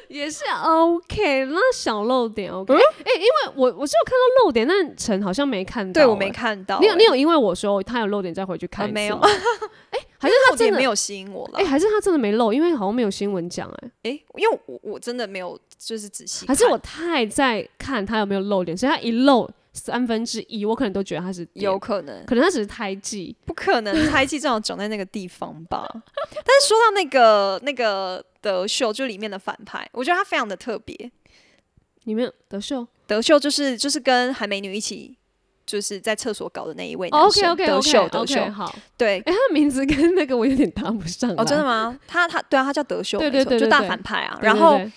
S2: 也是 OK。那小漏点 OK，哎、因为我我是有看到漏点，但陈好像没看 到、
S1: 对我没
S2: 欸。
S1: 看到欸，
S2: 你有你有因为我说他有漏点再回去看
S1: 啊
S2: 一次
S1: 没有啊
S2: 吗？还是他
S1: 重点
S2: 真的
S1: 没有吸引我了
S2: 哎、。还是他真的没漏，因为好像没有新闻讲哎，
S1: 诶，因为我我真的没有就是仔细看，
S2: 还是我太在看他有没有漏点，所以他一漏三分之一，我可能都觉得他是点
S1: 有，可能
S2: 可能他只是胎记。
S1: 不可能猜忌正好长在那个地方吧？ 但是说到那个那个德秀，就里面的反派，我觉得他非常的特别。
S2: 里面德秀
S1: 德秀就是就是跟韩美女一起就是在厕所搞的那一位男生、
S2: ，OK OK
S1: 德
S2: 哦 OK
S1: 秀
S2: OK，
S1: 德秀
S2: 好，
S1: 对
S2: 哎，他的名字跟那个我有点搭不上来
S1: 哦真的吗？他他对啊，他叫德秀，
S2: 对
S1: 没错
S2: 对对对
S1: 就大
S2: 对
S1: 反派啊。
S2: 对对
S1: 然后
S2: 对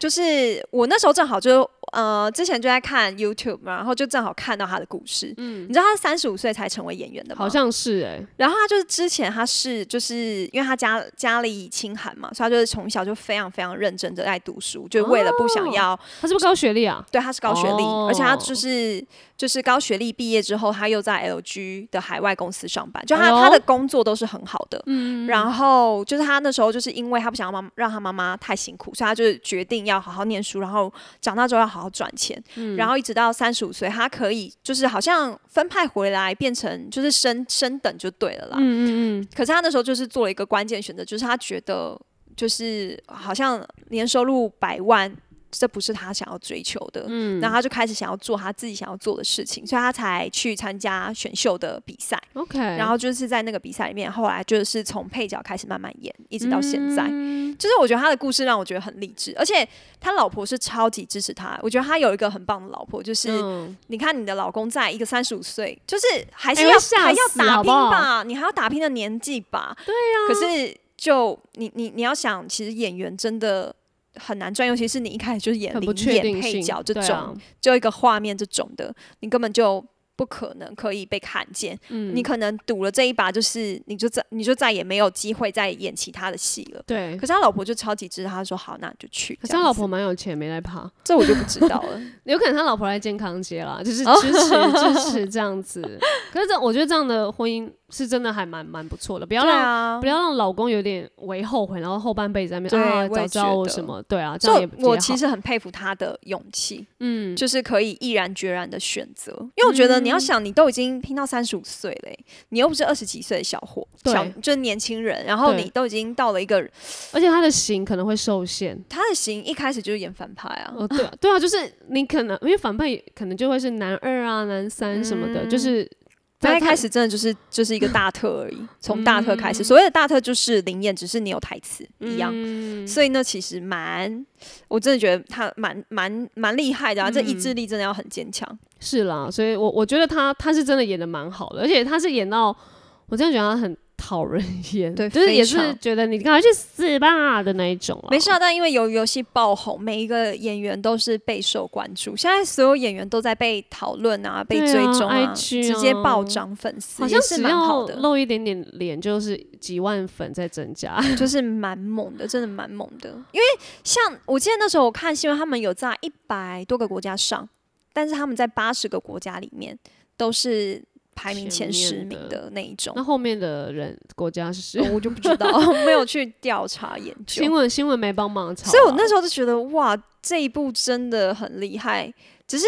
S1: 就是我那时候正好就呃之前就在看 YouTube，嘛然后就正好看到他的故事。嗯，你知道他三十五岁才成为演员的吗？
S2: 好像是哎，
S1: 然后他就是之前他是就是因为他家家里清寒嘛，所以他就是从小就非常非常认真的在读书，就为了不想要、
S2: 他是不是高学历啊？
S1: 对他是高学历，
S2: 哦
S1: 而且他就是就是高学历毕业之后，他又在 LG 的海外公司上班，就他、
S2: 哎呦嗯
S1: 他的工作都是很好的。然后就是他那时候就是因为他不想要妈让他妈妈太辛苦，所以他就是决定要好好念书，然后长大之后要好好赚钱。
S2: 嗯
S1: 然后一直到三十五岁，他可以就是好像分派回来变成就是升升等就对了啦。
S2: 嗯嗯嗯，
S1: 可是他那时候就是做了一个关键选择，就是他觉得就是好像年收入百万这不是他想要追求的，嗯，然后他就开始想要做他自己想要做的事情，所以他才去参加选秀的比赛，
S2: OK，
S1: 然后就是在那个比赛里面，后来就是从配角开始慢慢演，一直到现在。
S2: 嗯
S1: 就是我觉得他的故事让我觉得很励志，而且他老婆是超级支持他，我觉得他有一个很棒的老婆，就是
S2: 嗯
S1: 你看你的老公在一个三十五岁，就是还是
S2: 哎
S1: 要、
S2: 会吓
S1: 还要
S2: 死
S1: 打
S2: 好
S1: 拼
S2: 不好啊
S1: 吧，你还要打拼的年纪吧，对呀、可是就你你你要想，其实演员真的。很难赚，尤其是你一开始就是演
S2: 很不
S1: 零
S2: 确定
S1: 演
S2: 性
S1: 配角这
S2: 对
S1: 种，
S2: 啊
S1: 就一个画面这种的，你根本就不可能可以被看见。
S2: 嗯
S1: 你可能赌了这一把，就是你就再你就再也没有机会再演其他的戏了。
S2: 对，
S1: 可是他老婆就超级支持他，说好，那你就去。
S2: 可是
S1: 这样
S2: 他老
S1: 子
S2: 婆，蛮有钱，没在怕。
S1: 这我就不知道 了。
S2: 有可能他老婆来健康 街啦，就是
S1: 哦
S2: 支持、支持这样子。可是这我觉得这样的婚姻是真的还蛮蛮不错的，不要
S1: 对
S2: 让、
S1: 啊
S2: 不，要让老公有点为后悔，然后后半辈子在那边
S1: 对
S2: 啊
S1: 我
S2: 早
S1: 也
S2: 知道
S1: 觉
S2: 我
S1: 得
S2: 什么，对啊，这
S1: 就
S2: 样也不
S1: 我
S2: 也
S1: 其
S2: 好
S1: 实很佩服他的勇气，
S2: 嗯
S1: 就是可以毅然决然的选择。因为我觉得你要想，你都已经拼到三十五岁嘞、你又不是二十几岁的小伙，
S2: 对
S1: 小就是年轻人，然后
S2: 对
S1: 你都已经到了一个
S2: 而且他的型可能会受限。
S1: 他的型一开始就是演反派啊。
S2: 哦，对啊对啊，就是你可能因为反派可能就会是男二啊、男三什么的，就是
S1: 他嗯一开
S2: 始
S1: 始真的就是就是一个大特而已，从大特
S2: 嗯
S1: 开始。所谓的大特就是灵验，只是你有台词一样。所以呢，其实蛮，我真的觉得他蛮蛮蛮厉害的啊，这意
S2: 嗯
S1: 志力真的要很坚强。
S2: 是啦，所以我我觉得他他是真的演的蛮好的，而且他是演到我真的觉得他很讨人厌，
S1: 对
S2: 就是也
S1: 非
S2: 是
S1: 常
S2: 觉得你赶快去死吧的那一种啦。
S1: 没事啊，但因为由于游戏爆红，每一个演员都是备受关注。现在所有演员都在被讨论啊，被追踪
S2: 对啊
S1: 啊，
S2: ，IG
S1: 直接
S2: 啊
S1: 暴涨粉丝，
S2: 好像
S1: 也是
S2: 只
S1: 蛮好
S2: 要
S1: 的，
S2: 露一点点脸，就是几万粉在增加。
S1: 就是蛮猛的，真的蛮猛的。因为像我记得那时候我看新闻，他们有在一百多个国家上，但是他们在八十个国家里面都是排名前十
S2: 前面的
S1: 名的那一种
S2: 那。后面的人国家是
S1: 哦我就不知道， 没有去调查研究
S2: 新。闻新闻没帮忙炒啊，
S1: 所以我那时候就觉得，哇，这一部真的很厉害。只是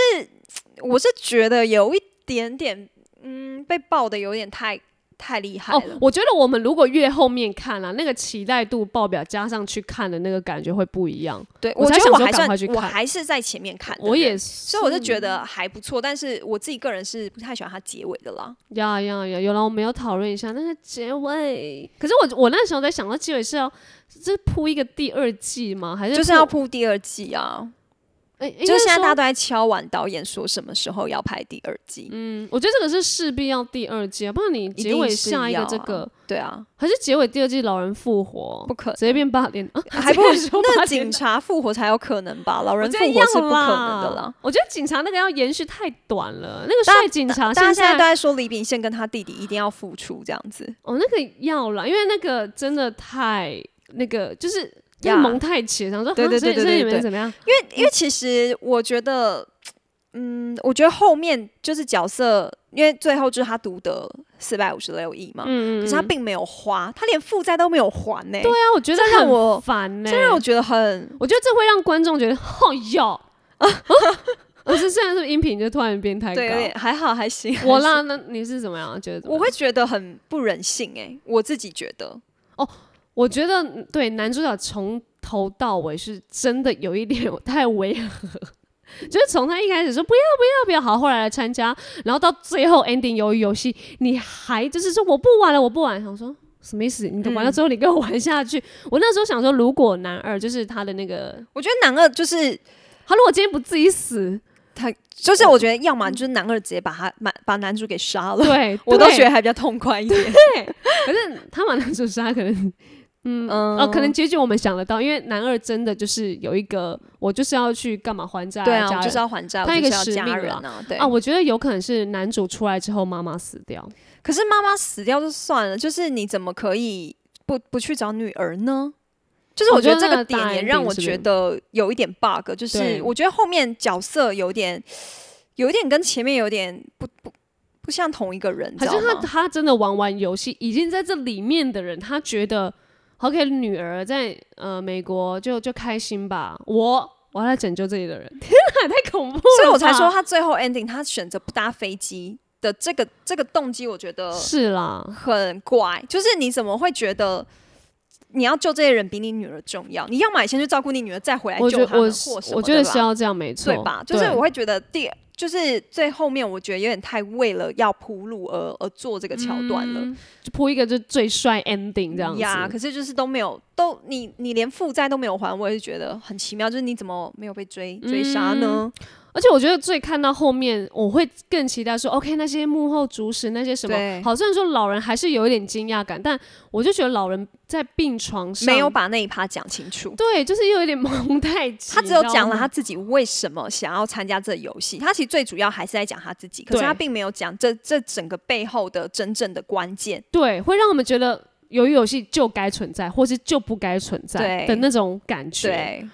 S1: 我是觉得有一点点，嗯，被爆的有点太太厉害
S2: 哦
S1: 了。，
S2: 我觉得我们如果越后面看啊，那个期待度爆表加上去看的那个感觉会不一样。
S1: 对，
S2: 我
S1: 我
S2: 才
S1: 觉得
S2: 想
S1: 我
S2: 说
S1: 还
S2: 赶
S1: 算
S2: 快去，
S1: 我
S2: 看
S1: 还是在前面看的人。
S2: 我也，
S1: 所以我就觉
S2: 嗯
S1: 得还不错，但是我自己个人是不太喜欢它结尾的啦。
S2: 呀呀呀！有了，我们要讨论一下那个结尾。可是我我那时候在想到结尾是要这铺一个第二季吗？还是
S1: 就是要铺第二季啊，
S2: 哎、
S1: 就是现在大家
S2: 家
S1: 都在敲碗，导演说什么时候要拍第二季？
S2: 嗯，我觉得这个是势必要第二季啊，不然你结尾下一个这
S1: 一定是要
S2: 个，
S1: 对啊，
S2: 还是结尾第二季老人复活
S1: 不，可，
S2: 直接变八点， 啊、
S1: 还不如
S2: 直接说
S1: 那
S2: 八点
S1: 警察复活才有可能吧？老
S2: 我
S1: 人
S2: 觉
S1: 复
S2: 得
S1: 活是不
S2: 要
S1: 可能的啦。。
S2: 我觉得警察那个要延续太短了，那个帅警察
S1: 大家
S2: 现
S1: 现在都在说李秉宪跟他弟弟一定要复出这样子，
S2: 哦，那个要了，因为那个真的太那个就是。
S1: 呀
S2: 蒙太奇，想说，
S1: 对对
S2: 啊所以
S1: 对对
S2: 所以你
S1: 对
S2: 们
S1: 对
S2: 怎么样？
S1: 因为因为其实我觉得，嗯，我觉得后面就是角色，因为最后就是他独得四百五十六亿嘛，
S2: 嗯
S1: 可是他并没有花，他连负债都没有还呢、
S2: 对啊，我觉得
S1: 这让
S2: 很
S1: 我
S2: 烦呢、
S1: 这让我觉得很
S2: 我觉得这会让观众觉得，哦 哟，啊， 我是现在是不是音频就突然变太
S1: 对，有
S2: 高。
S1: 点还好还行。
S2: 我
S1: 还行，
S2: 啦，那你是怎么样觉得怎么
S1: 我
S2: 样？
S1: 会觉得很不人性哎、我自己觉得，
S2: 我觉得嗯对男主角从头到尾是真的有一点 太违和，就是从他一开始说不要不要不要，好，后来来参加，然后到最后 ending 游游戏，你还就是说我不玩了，我不玩，想说。什么意思？你
S1: 嗯
S2: 玩到最后，你给我玩下去。我那时候想说，如果男二就是他的那个，
S1: 我觉得男二就是
S2: 他如果今天不自己死，
S1: 就是我觉得，要么就是男二直接把他把把男主给杀了，
S2: 对，
S1: 我都
S2: 对
S1: 觉得还比较痛快一点。
S2: 可是他把男主杀，可能，嗯，
S1: 嗯
S2: 哦，可能结局我们想得到，因为男二真的就是有一个，我就是要去干嘛还债、
S1: 对啊，
S2: 家
S1: 我
S2: 人
S1: 就是要还债，我
S2: 他一
S1: 就
S2: 个
S1: 是要
S2: 使
S1: 家
S2: 命
S1: 人
S2: 啦
S1: 啊，对
S2: 啊，我觉得有可能是男主出来之后，妈妈死掉，
S1: 可是妈妈死掉就算了，就是你怎么可以不不去找女儿呢？就是
S2: 我
S1: 我觉得这
S2: 觉得那
S1: 个
S2: 个大
S1: 点也
S2: ending
S1: 让我
S2: 哦是不是
S1: 觉得有一点 bug，就是
S2: 对
S1: 我觉得后面角色有点有一点跟前面有点不不不像同一个人，
S2: 还
S1: 知
S2: 是
S1: 道
S2: 他
S1: 吗？
S2: 他真的玩完游戏，已经在这里面的人，他觉得，OK，女儿在呃美国就就开心吧，我我要来拯救这里的人， 天哪，太恐怖了吧，
S1: 所以我才说他最后 ending 他选择不搭飞机的这个这个动机，我觉得
S2: 是啦，
S1: 很怪，就是你怎么会觉得？你要救这些人比你女儿重要。你要么先去照顾你女儿，再回来
S2: 我觉
S1: 救
S2: 得
S1: 他
S2: 我
S1: 们
S2: 是
S1: 或什么，
S2: 我觉得
S1: 对吧
S2: 是要这样没错，
S1: 对吧？就是我会觉得第，就是最后面，我觉得有点太为了要铺路而而做这个桥段了。
S2: 嗯就铺一个就最帅 ending 这样子。
S1: 呀，可是就是都没有，都你你连负债都没有还，我也是觉得很奇妙，就是你怎么没有被追追杀呢？
S2: 而且我觉得最看到后面，我会更期待说，OK，那些幕后主使那些什么，
S1: 对
S2: 好，虽然说老人还是有一点惊讶感，但我就觉得老人在病床上
S1: 没有把那一趴讲清楚。
S2: 对，就是又有点蒙太奇。
S1: 他只有讲了
S2: 你知道
S1: 他
S2: 吗
S1: 自己为什么想要参加这游戏，他其实最主要还是在讲他自己，可是
S2: 对
S1: 他并没有讲这这整个背后的真正的关键。
S2: 对，会让我们觉得由于游戏就该存在，或是就不该存在
S1: 对
S2: 的那种感觉。，
S1: 对，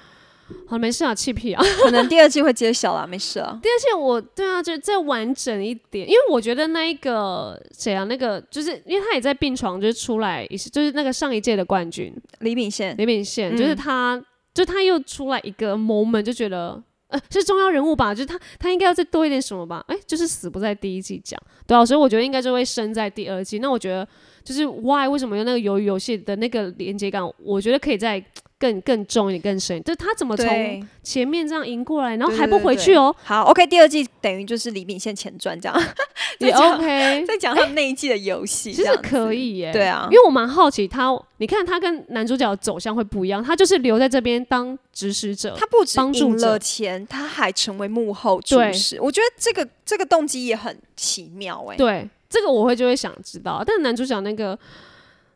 S2: 好，没事啊，气屁啊。
S1: 可能第二季会揭晓啦，没事啊。
S2: 而且我对啊，就是再完整一点，因为我觉得那一个谁啊，那个就是因为他也在病床，就是出来一些，就是那个上一届的冠军
S1: 李秉宪，
S2: 李秉宪，就是
S1: 嗯
S2: 他，就他又出来一个 moment，就觉得。呃，是重要人物吧？就是他，他应该要再多一点什么吧？哎、就是死不在第一季讲，对啊，所以我觉得应该就会生在第二季。那我觉得就是 why 为什么有那个鱿鱼游戏的那个连接感，我觉得可以再更更重一点、更深一点。就是他怎么从
S1: 对，
S2: 前面这样赢过来，然后
S1: 对
S2: 还不
S1: 对
S2: 回
S1: 对
S2: 去哦、
S1: 好，OK，第二季等于就是李秉宪前传 这样，
S2: 也
S1: 这样
S2: OK，
S1: 在讲他们那一季的游戏，
S2: 其
S1: 这
S2: 实
S1: 样子
S2: 可。以耶、
S1: 对啊
S2: 因为我蛮好奇他，你看他跟男主角的走向会不一样，他就是留在这边当指使者，
S1: 他不止
S2: 帮助
S1: 赢
S2: 者
S1: 了钱，他还成为幕后主
S2: 对
S1: 使。我觉得这个这个动机也很奇妙哎、
S2: 对这个我会就会想知道，但男主角那个。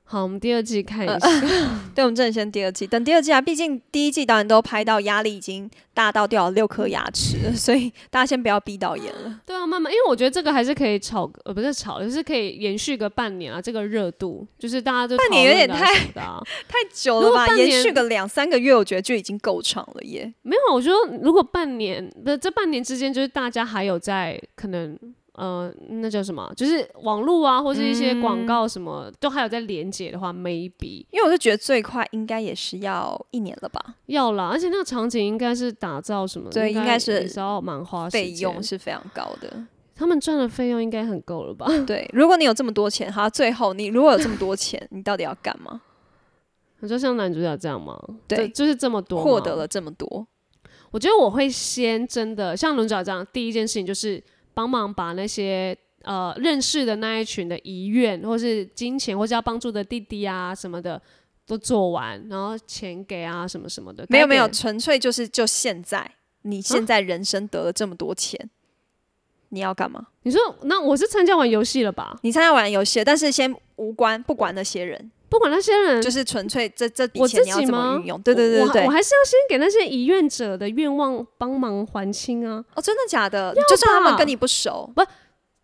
S2: 好，我们第二季看一下。
S1: 嗯对，我们真的先第二季，等第二季啊，毕竟第一季导演都拍到压力已经大到掉了六颗牙齿了，所以大家先不要逼导演了。
S2: 对啊，慢慢，因为我觉得这个还是可以炒个，呃，不是炒，就是可以延续个半年啊。这个热度就是大家都
S1: 半年有点
S2: 讨论啊什么的啊、
S1: 太久
S2: 如
S1: 了
S2: 果
S1: 吧，
S2: 半年
S1: 延续个两三个月，我觉得就已经够长了耶。
S2: 没有，啊我觉得如果半年的这半年之间，就是大家还有在可能呃，那叫什么，就是网络啊，或是一
S1: 嗯
S2: 些广告什么，都还有在连接的话，maybe
S1: 因为我就觉得最快应该也是要一年了吧，
S2: 要啦。而且那个场景应该是打造什么，
S1: 对
S2: 应
S1: 应该是
S2: 也要蛮花哦时间
S1: 费用，是非常高的。
S2: 他们赚的费用应该很够了吧？
S1: 对，如果你有这么多钱，好，最后你如果有这么多钱，你到底要干嘛？
S2: 你说像男主角这样吗？
S1: 对
S2: 就就是这么多吗
S1: 获得了这么多，
S2: 我觉得我会先真的像轮角这样，第一件事情就是帮忙把那些呃认识的那一群的遗愿，或是金钱，或是要帮助的弟弟啊什么的都做完，然后钱给啊什么什么的。
S1: 没有
S2: 该
S1: 没
S2: 给啊
S1: 有，
S2: 的
S1: 纯粹就是就现在，你现在人生得了这么多钱，你要干嘛？
S2: 你说那我是参加完游戏了吧？
S1: 你参加玩游戏，但是先无关不管那些人，
S2: 不管那些人，
S1: 就是纯粹这这笔
S2: 我
S1: 钱
S2: 自
S1: 你要
S2: 己
S1: 怎
S2: 吗
S1: 么运用？对对对
S2: 我我
S1: 对
S2: 我
S1: 对。
S2: 还是要先给那些遗愿者的愿望帮忙还清啊。
S1: 哦，真的假的？就算他们跟你不熟，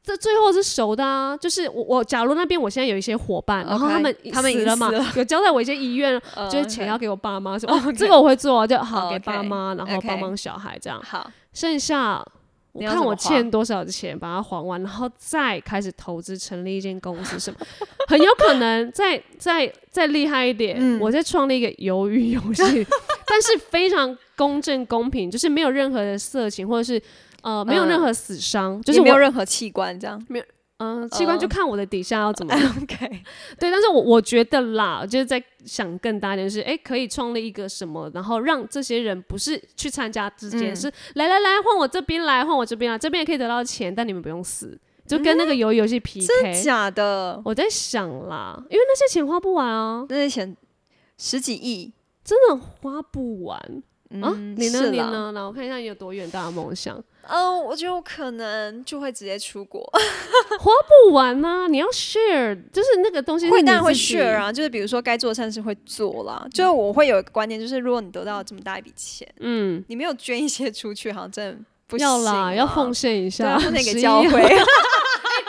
S2: 这最后是熟的啊，就是我我假如那边我现在有一些伙伴，然后
S1: OK，
S2: 他们
S1: 他们已
S2: 死
S1: 经
S2: 了嘛
S1: 死了，
S2: 有交代我一些 遗愿，
S1: 呃
S2: 就是钱要给我爸妈，说
S1: 哦
S2: 哦，
S1: ，OK
S2: 这个我会做啊，就好
S1: 哦
S2: 给爸
S1: OK，
S2: 妈，然后
S1: OK
S2: 帮忙小孩这样。
S1: 好。
S2: 剩下我
S1: 你要
S2: 看
S1: 怎么
S2: 我
S1: 花
S2: 欠多少钱，把它还完，然后再开始投资，成立一间公司 什么，很有可能再再再厉害一点，
S1: 嗯
S2: 我再创立一个鱿鱼游 戏，但是非常公正公平，就是没有任何的色情或者是呃没有任
S1: 嗯
S2: 何死伤，
S1: 就
S2: 就
S1: 是是没有
S2: 我
S1: 任何器官这样。
S2: 嗯，器官就
S1: 呃
S2: 看我的底下要怎么
S1: OK，
S2: 对，但是我我觉得啦，就是在想更大一点是，哎，可以创立一个什么，然后让这些人不是去参加之间、
S1: 嗯
S2: 是来来来换我这边来换我这边来，这边也可以得到钱，但你们不用死，就跟那个游游戏 PK、
S1: 假嗯的，
S2: 我在想啦，因为那些钱花不完啊，
S1: 那些钱十几亿
S2: 真的花不完啊！你呢？
S1: 嗯是
S2: 你
S1: 啦
S2: 呢？来，我看一下你有多远大的梦想，
S1: 嗯，我觉得我可能就会直接出国，
S2: 不完啊！你要 share，就是那个东西是
S1: 会
S2: 你
S1: 当然会
S2: 自己
S1: share 啊，就是比如说该做的善事会做啦。就是我会有一个观念，就是如果你得到这么大一笔钱，
S2: 嗯，
S1: 你没有捐一些出去，好像真的不行
S2: 要啦，要奉献一
S1: 对
S2: 下，
S1: 啊，奉献给
S2: 11
S1: 教
S2: 号
S1: 会，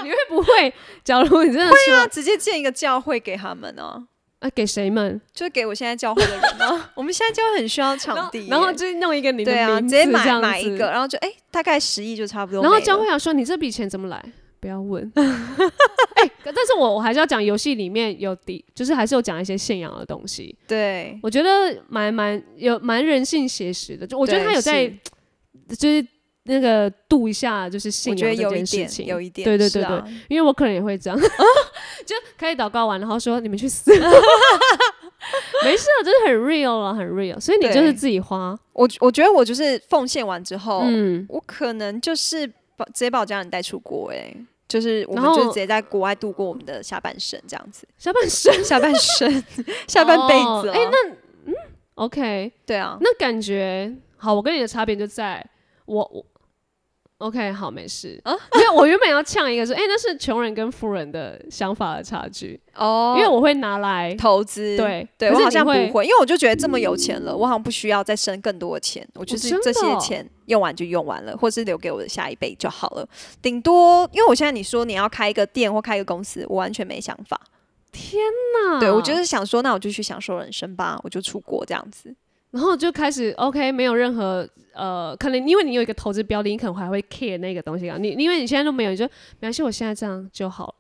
S2: 你会不会？假如你真的去了，
S1: 直接建一个教会给他们呢、
S2: 啊，给谁们？
S1: 就是给我现在教会的人呢、 我们现在教会很需要场地耶、
S2: 然后就是弄一个你的
S1: 对啊，直
S2: 名字
S1: 接
S2: 这样
S1: 买
S2: 子
S1: 买一个，。然后就哎、大概十亿就差不多没
S2: 然
S1: 了。
S2: 后教会长说：“你这笔钱怎么来？不 要问。哎，可但是我我还是要讲，游戏里面有底，就是还是有讲一些信仰的东西。
S1: 对，
S2: 我觉得蛮蛮有蛮人性写实的，就我觉得
S1: 对
S2: 他有在
S1: 是
S2: 就是那个度一下，就是
S1: 我
S2: 信
S1: 觉得
S2: 仰这
S1: 有一
S2: 件事情
S1: 点，。有一点，
S2: 对对
S1: 是
S2: 对
S1: 啊
S2: 因为我可能也会这样，就可以祷告完，然后说你们去死。 没事啊，就是很 real 了，很 real。所以你就是
S1: 对
S2: 自己花，
S1: 我我觉得我就是奉献完之后，
S2: 嗯，
S1: 我可能就是把直接把我家人带出国、欸，就是我们
S2: 然后
S1: 就直接在国外度过我们的下半生这样子，
S2: 下半身。
S1: 下半 生下半辈子、
S2: 哦
S1: 啊，
S2: 哎那 OK，
S1: 对啊，
S2: 那感觉好，我跟你的差别就在我我 OK 好没事啊，因为我原本要呛一个说，哎、那是穷人跟富人的想法的差距，
S1: 哦
S2: 因为我会拿来
S1: 投资，
S2: 对
S1: 对
S2: 可
S1: 我
S2: 是
S1: 好
S2: 你
S1: 像不
S2: 会，
S1: 会，因为我就觉得这么有钱了，我好像不需要再生更多的钱，我就
S2: 哦
S1: 是
S2: 真
S1: 这
S2: 的
S1: 些
S2: 哦
S1: 钱用完就用完了，或是留给我的下一辈就好了。顶多，因为我现在你说你要开一个店或开一个公司，我完全没想法。
S2: 那
S1: 对我就是想说，那我就去享受人生吧，我就出国这样子。
S2: 然后就开始 OK，没有任何呃，可能因为你有一个投资标的，你可能还会 care 那个东西啊。你因为你现在都没有，你就没关系，我现在这样就好了。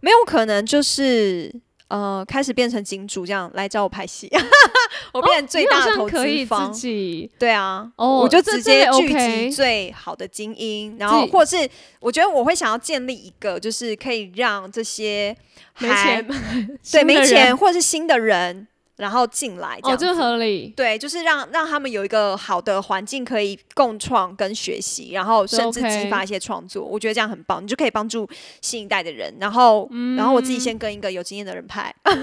S1: 没有可能就是呃，开始变成金主这样来找我拍戏， 我变成最
S2: 哦你好
S1: 大的
S2: 像
S1: 投
S2: 可以
S1: 资
S2: 自
S1: 方。
S2: 己
S1: 对啊，
S2: 哦
S1: 我就
S2: 这
S1: 直
S2: 这也
S1: 接聚
S2: OK
S1: 集最好的精英，然后
S2: 自己
S1: 或是我觉得我会想要建立一个，就是可以让这些
S2: 没
S1: 还
S2: 钱，
S1: 对
S2: 新的
S1: 没
S2: 人
S1: 钱或者是新的人，然后进来这
S2: 哦，
S1: 样子。
S2: 这合理。
S1: 对，就是让让他们有一个好的环境可以共创跟学习，然后甚至
S2: 这 OK
S1: 激发一些创作。我觉得这样很棒，你就可以帮助新一代的人。然后，然后我自己
S2: 嗯
S1: 先跟一个有经验的人 拍，啊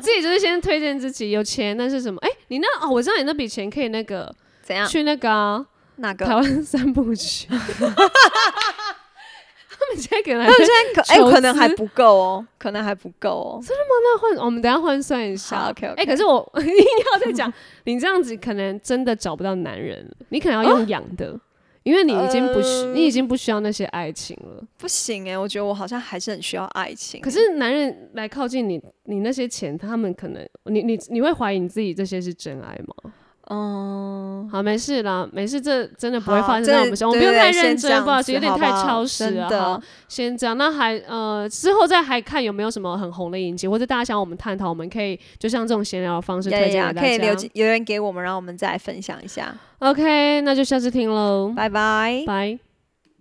S2: 自己就是先推荐自己有钱，但是什么？哎、你那哦，我知道你那笔钱可以那个
S1: 怎样？
S2: 去那个啊、
S1: 哪个？
S2: 台湾三部曲。他们现在可 能还
S1: 他们
S2: 在
S1: 现在可哎、
S2: 求
S1: 可能还
S2: 资
S1: 不够哦，可能还不够哦。
S2: 那换，我们等一下换算一下。
S1: 好，OK，OK
S2: 哎、可是我 硬要再讲，你这样子可能真的找不到男人了，你可能要用养的，因为你已经不需，
S1: 呃
S2: 你已经不需要那些爱情了。
S1: 不行哎、我觉得我好像还是很需要爱情。
S2: 可是男人来靠近你，你那些钱，他们可能，你你你会怀疑你自己这些是真爱吗？
S1: 嗯，
S2: 好，没事啦，没事，这真的不
S1: 好
S2: 会发生
S1: 这
S2: 在我们身上，我们不
S1: 对
S2: 用太
S1: 对
S2: 认
S1: 先这
S2: 真，
S1: 样
S2: 不好意思，
S1: 子
S2: 有点
S1: 好
S2: 太
S1: 不好
S2: 超时
S1: 真
S2: 了。
S1: 的
S2: 好先这样，那还呃之后再还看有没有什么很红的影集，或者大家想要我们探讨，我们可以就像这种闲聊的方式
S1: 呀
S2: 推荐
S1: 呀，
S2: 给大家。
S1: 可以留留言给我们，然后我们再来分享一下。
S2: OK，那就下次听喽，
S1: 拜拜。
S2: 拜。